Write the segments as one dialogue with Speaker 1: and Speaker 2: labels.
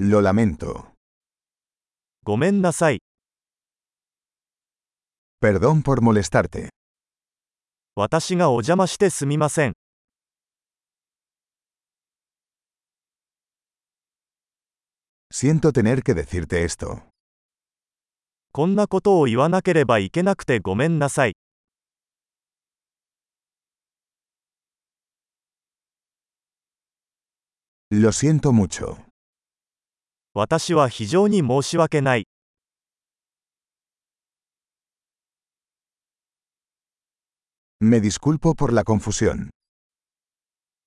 Speaker 1: Lo lamento.
Speaker 2: ごめんなさい。
Speaker 1: Perdón por molestarte.
Speaker 2: 私がお邪魔してすみません。
Speaker 1: Siento tener que decirte esto.
Speaker 2: こんなことを言わなければいけなくてごめんなさい。
Speaker 1: Lo siento mucho.
Speaker 2: 私は非常に申し訳ない。
Speaker 1: Me disculpo por la confusión.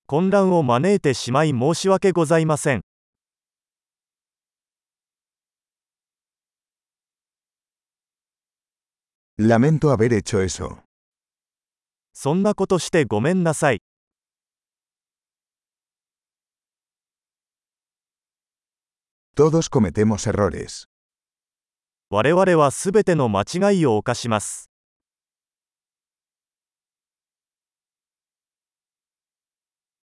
Speaker 2: 混乱を招いてしまい申し訳ございません。
Speaker 1: Lamento haber hecho eso.
Speaker 2: そんなことしてごめんなさい。
Speaker 1: Todos cometemos errores.
Speaker 2: 我々はすべての間違いを犯します。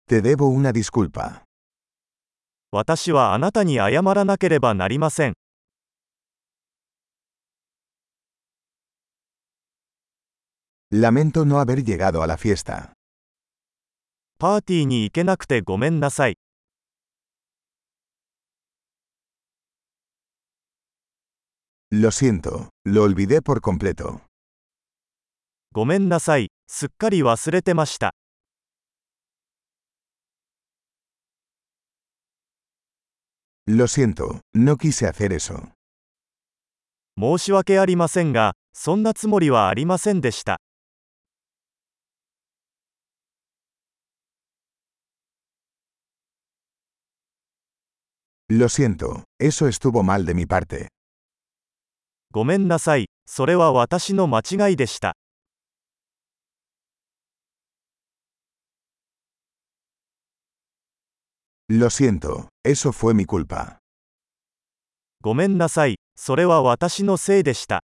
Speaker 1: Te debo una disculpa.
Speaker 2: 私はあなたに謝らなければなりません。
Speaker 1: Lamento no haber llegado a la fiesta.
Speaker 2: パーティーに行けなくてごめんなさい。
Speaker 1: Lo siento, lo olvidé por completo.
Speaker 2: ごめんなさい。すっかり忘れてました。
Speaker 1: Lo siento, no quise hacer eso.
Speaker 2: 申し訳ありませんが、そんなつもりはありませんでした。
Speaker 1: Lo siento, eso estuvo mal de mi parte.
Speaker 2: ごめんなさい。それは私の間違いでした。
Speaker 1: Lo siento, eso fue mi culpa.
Speaker 2: ごめんなさい。それは私のせいでした。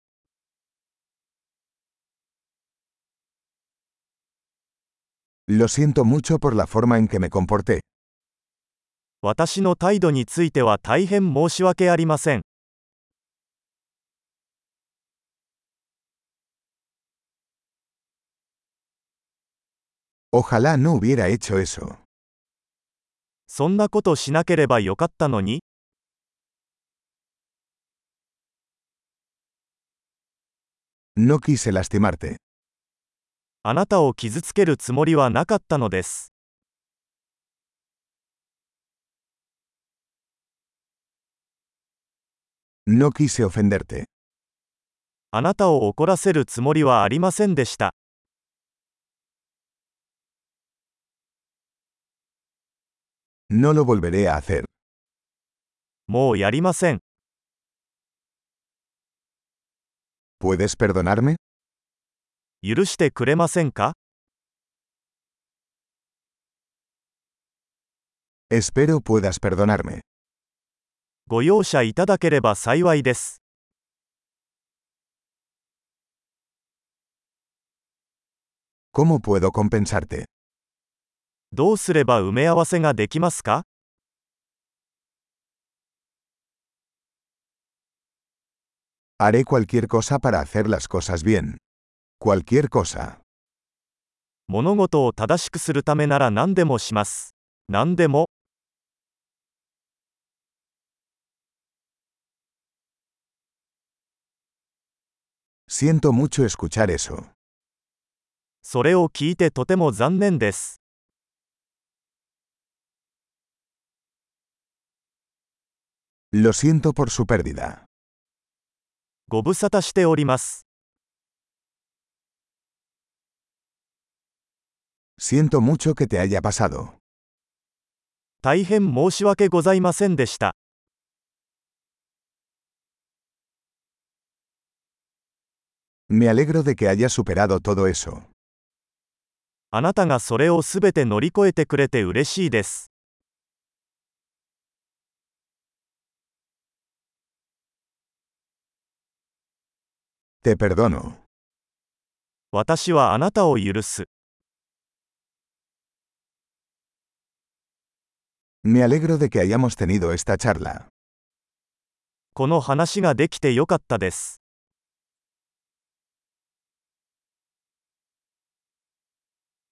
Speaker 1: Lo siento mucho por la forma en que me comporté.
Speaker 2: 私の態度については大変申し訳ありません。
Speaker 1: Ojalá no hubiera hecho eso.
Speaker 2: そんなことしなければよかったのに、
Speaker 1: No quise lastimarte.
Speaker 2: あなたを傷つけるつもりはなかったのです。
Speaker 1: No quise ofenderte.
Speaker 2: あなたを怒らせるつもりはありませんでした。
Speaker 1: No lo volveré a hacer.
Speaker 2: もうやりません。
Speaker 1: ¿Puedes perdonarme?
Speaker 2: 許してくれませんか
Speaker 1: Espero puedas perdonarme.
Speaker 2: ご容赦いただければ幸いです。
Speaker 1: ¿Cómo puedo compensarte?
Speaker 2: どうすれば埋め合わせができますか
Speaker 1: Haré cualquier cosa para hacer las cosas bien. Cualquier cosa.
Speaker 2: 物事を正しくするためなら何でもします。何でも、
Speaker 1: Siento mucho escuchar eso.
Speaker 2: それを聞いてとても残念です。
Speaker 1: Lo siento por su pérdida.
Speaker 2: ご無沙汰しております。
Speaker 1: Siento mucho que te haya pasado.
Speaker 2: 大変申し訳ございませんでした。
Speaker 1: Me alegro de que hayas superado todo eso.
Speaker 2: あなたがそれをすべて乗り越えてくれて嬉しいです。
Speaker 1: Te perdono.
Speaker 2: 私はあなたを許す。
Speaker 1: Me alegro de que hayamos tenido esta charla.
Speaker 2: この話ができてよかったです。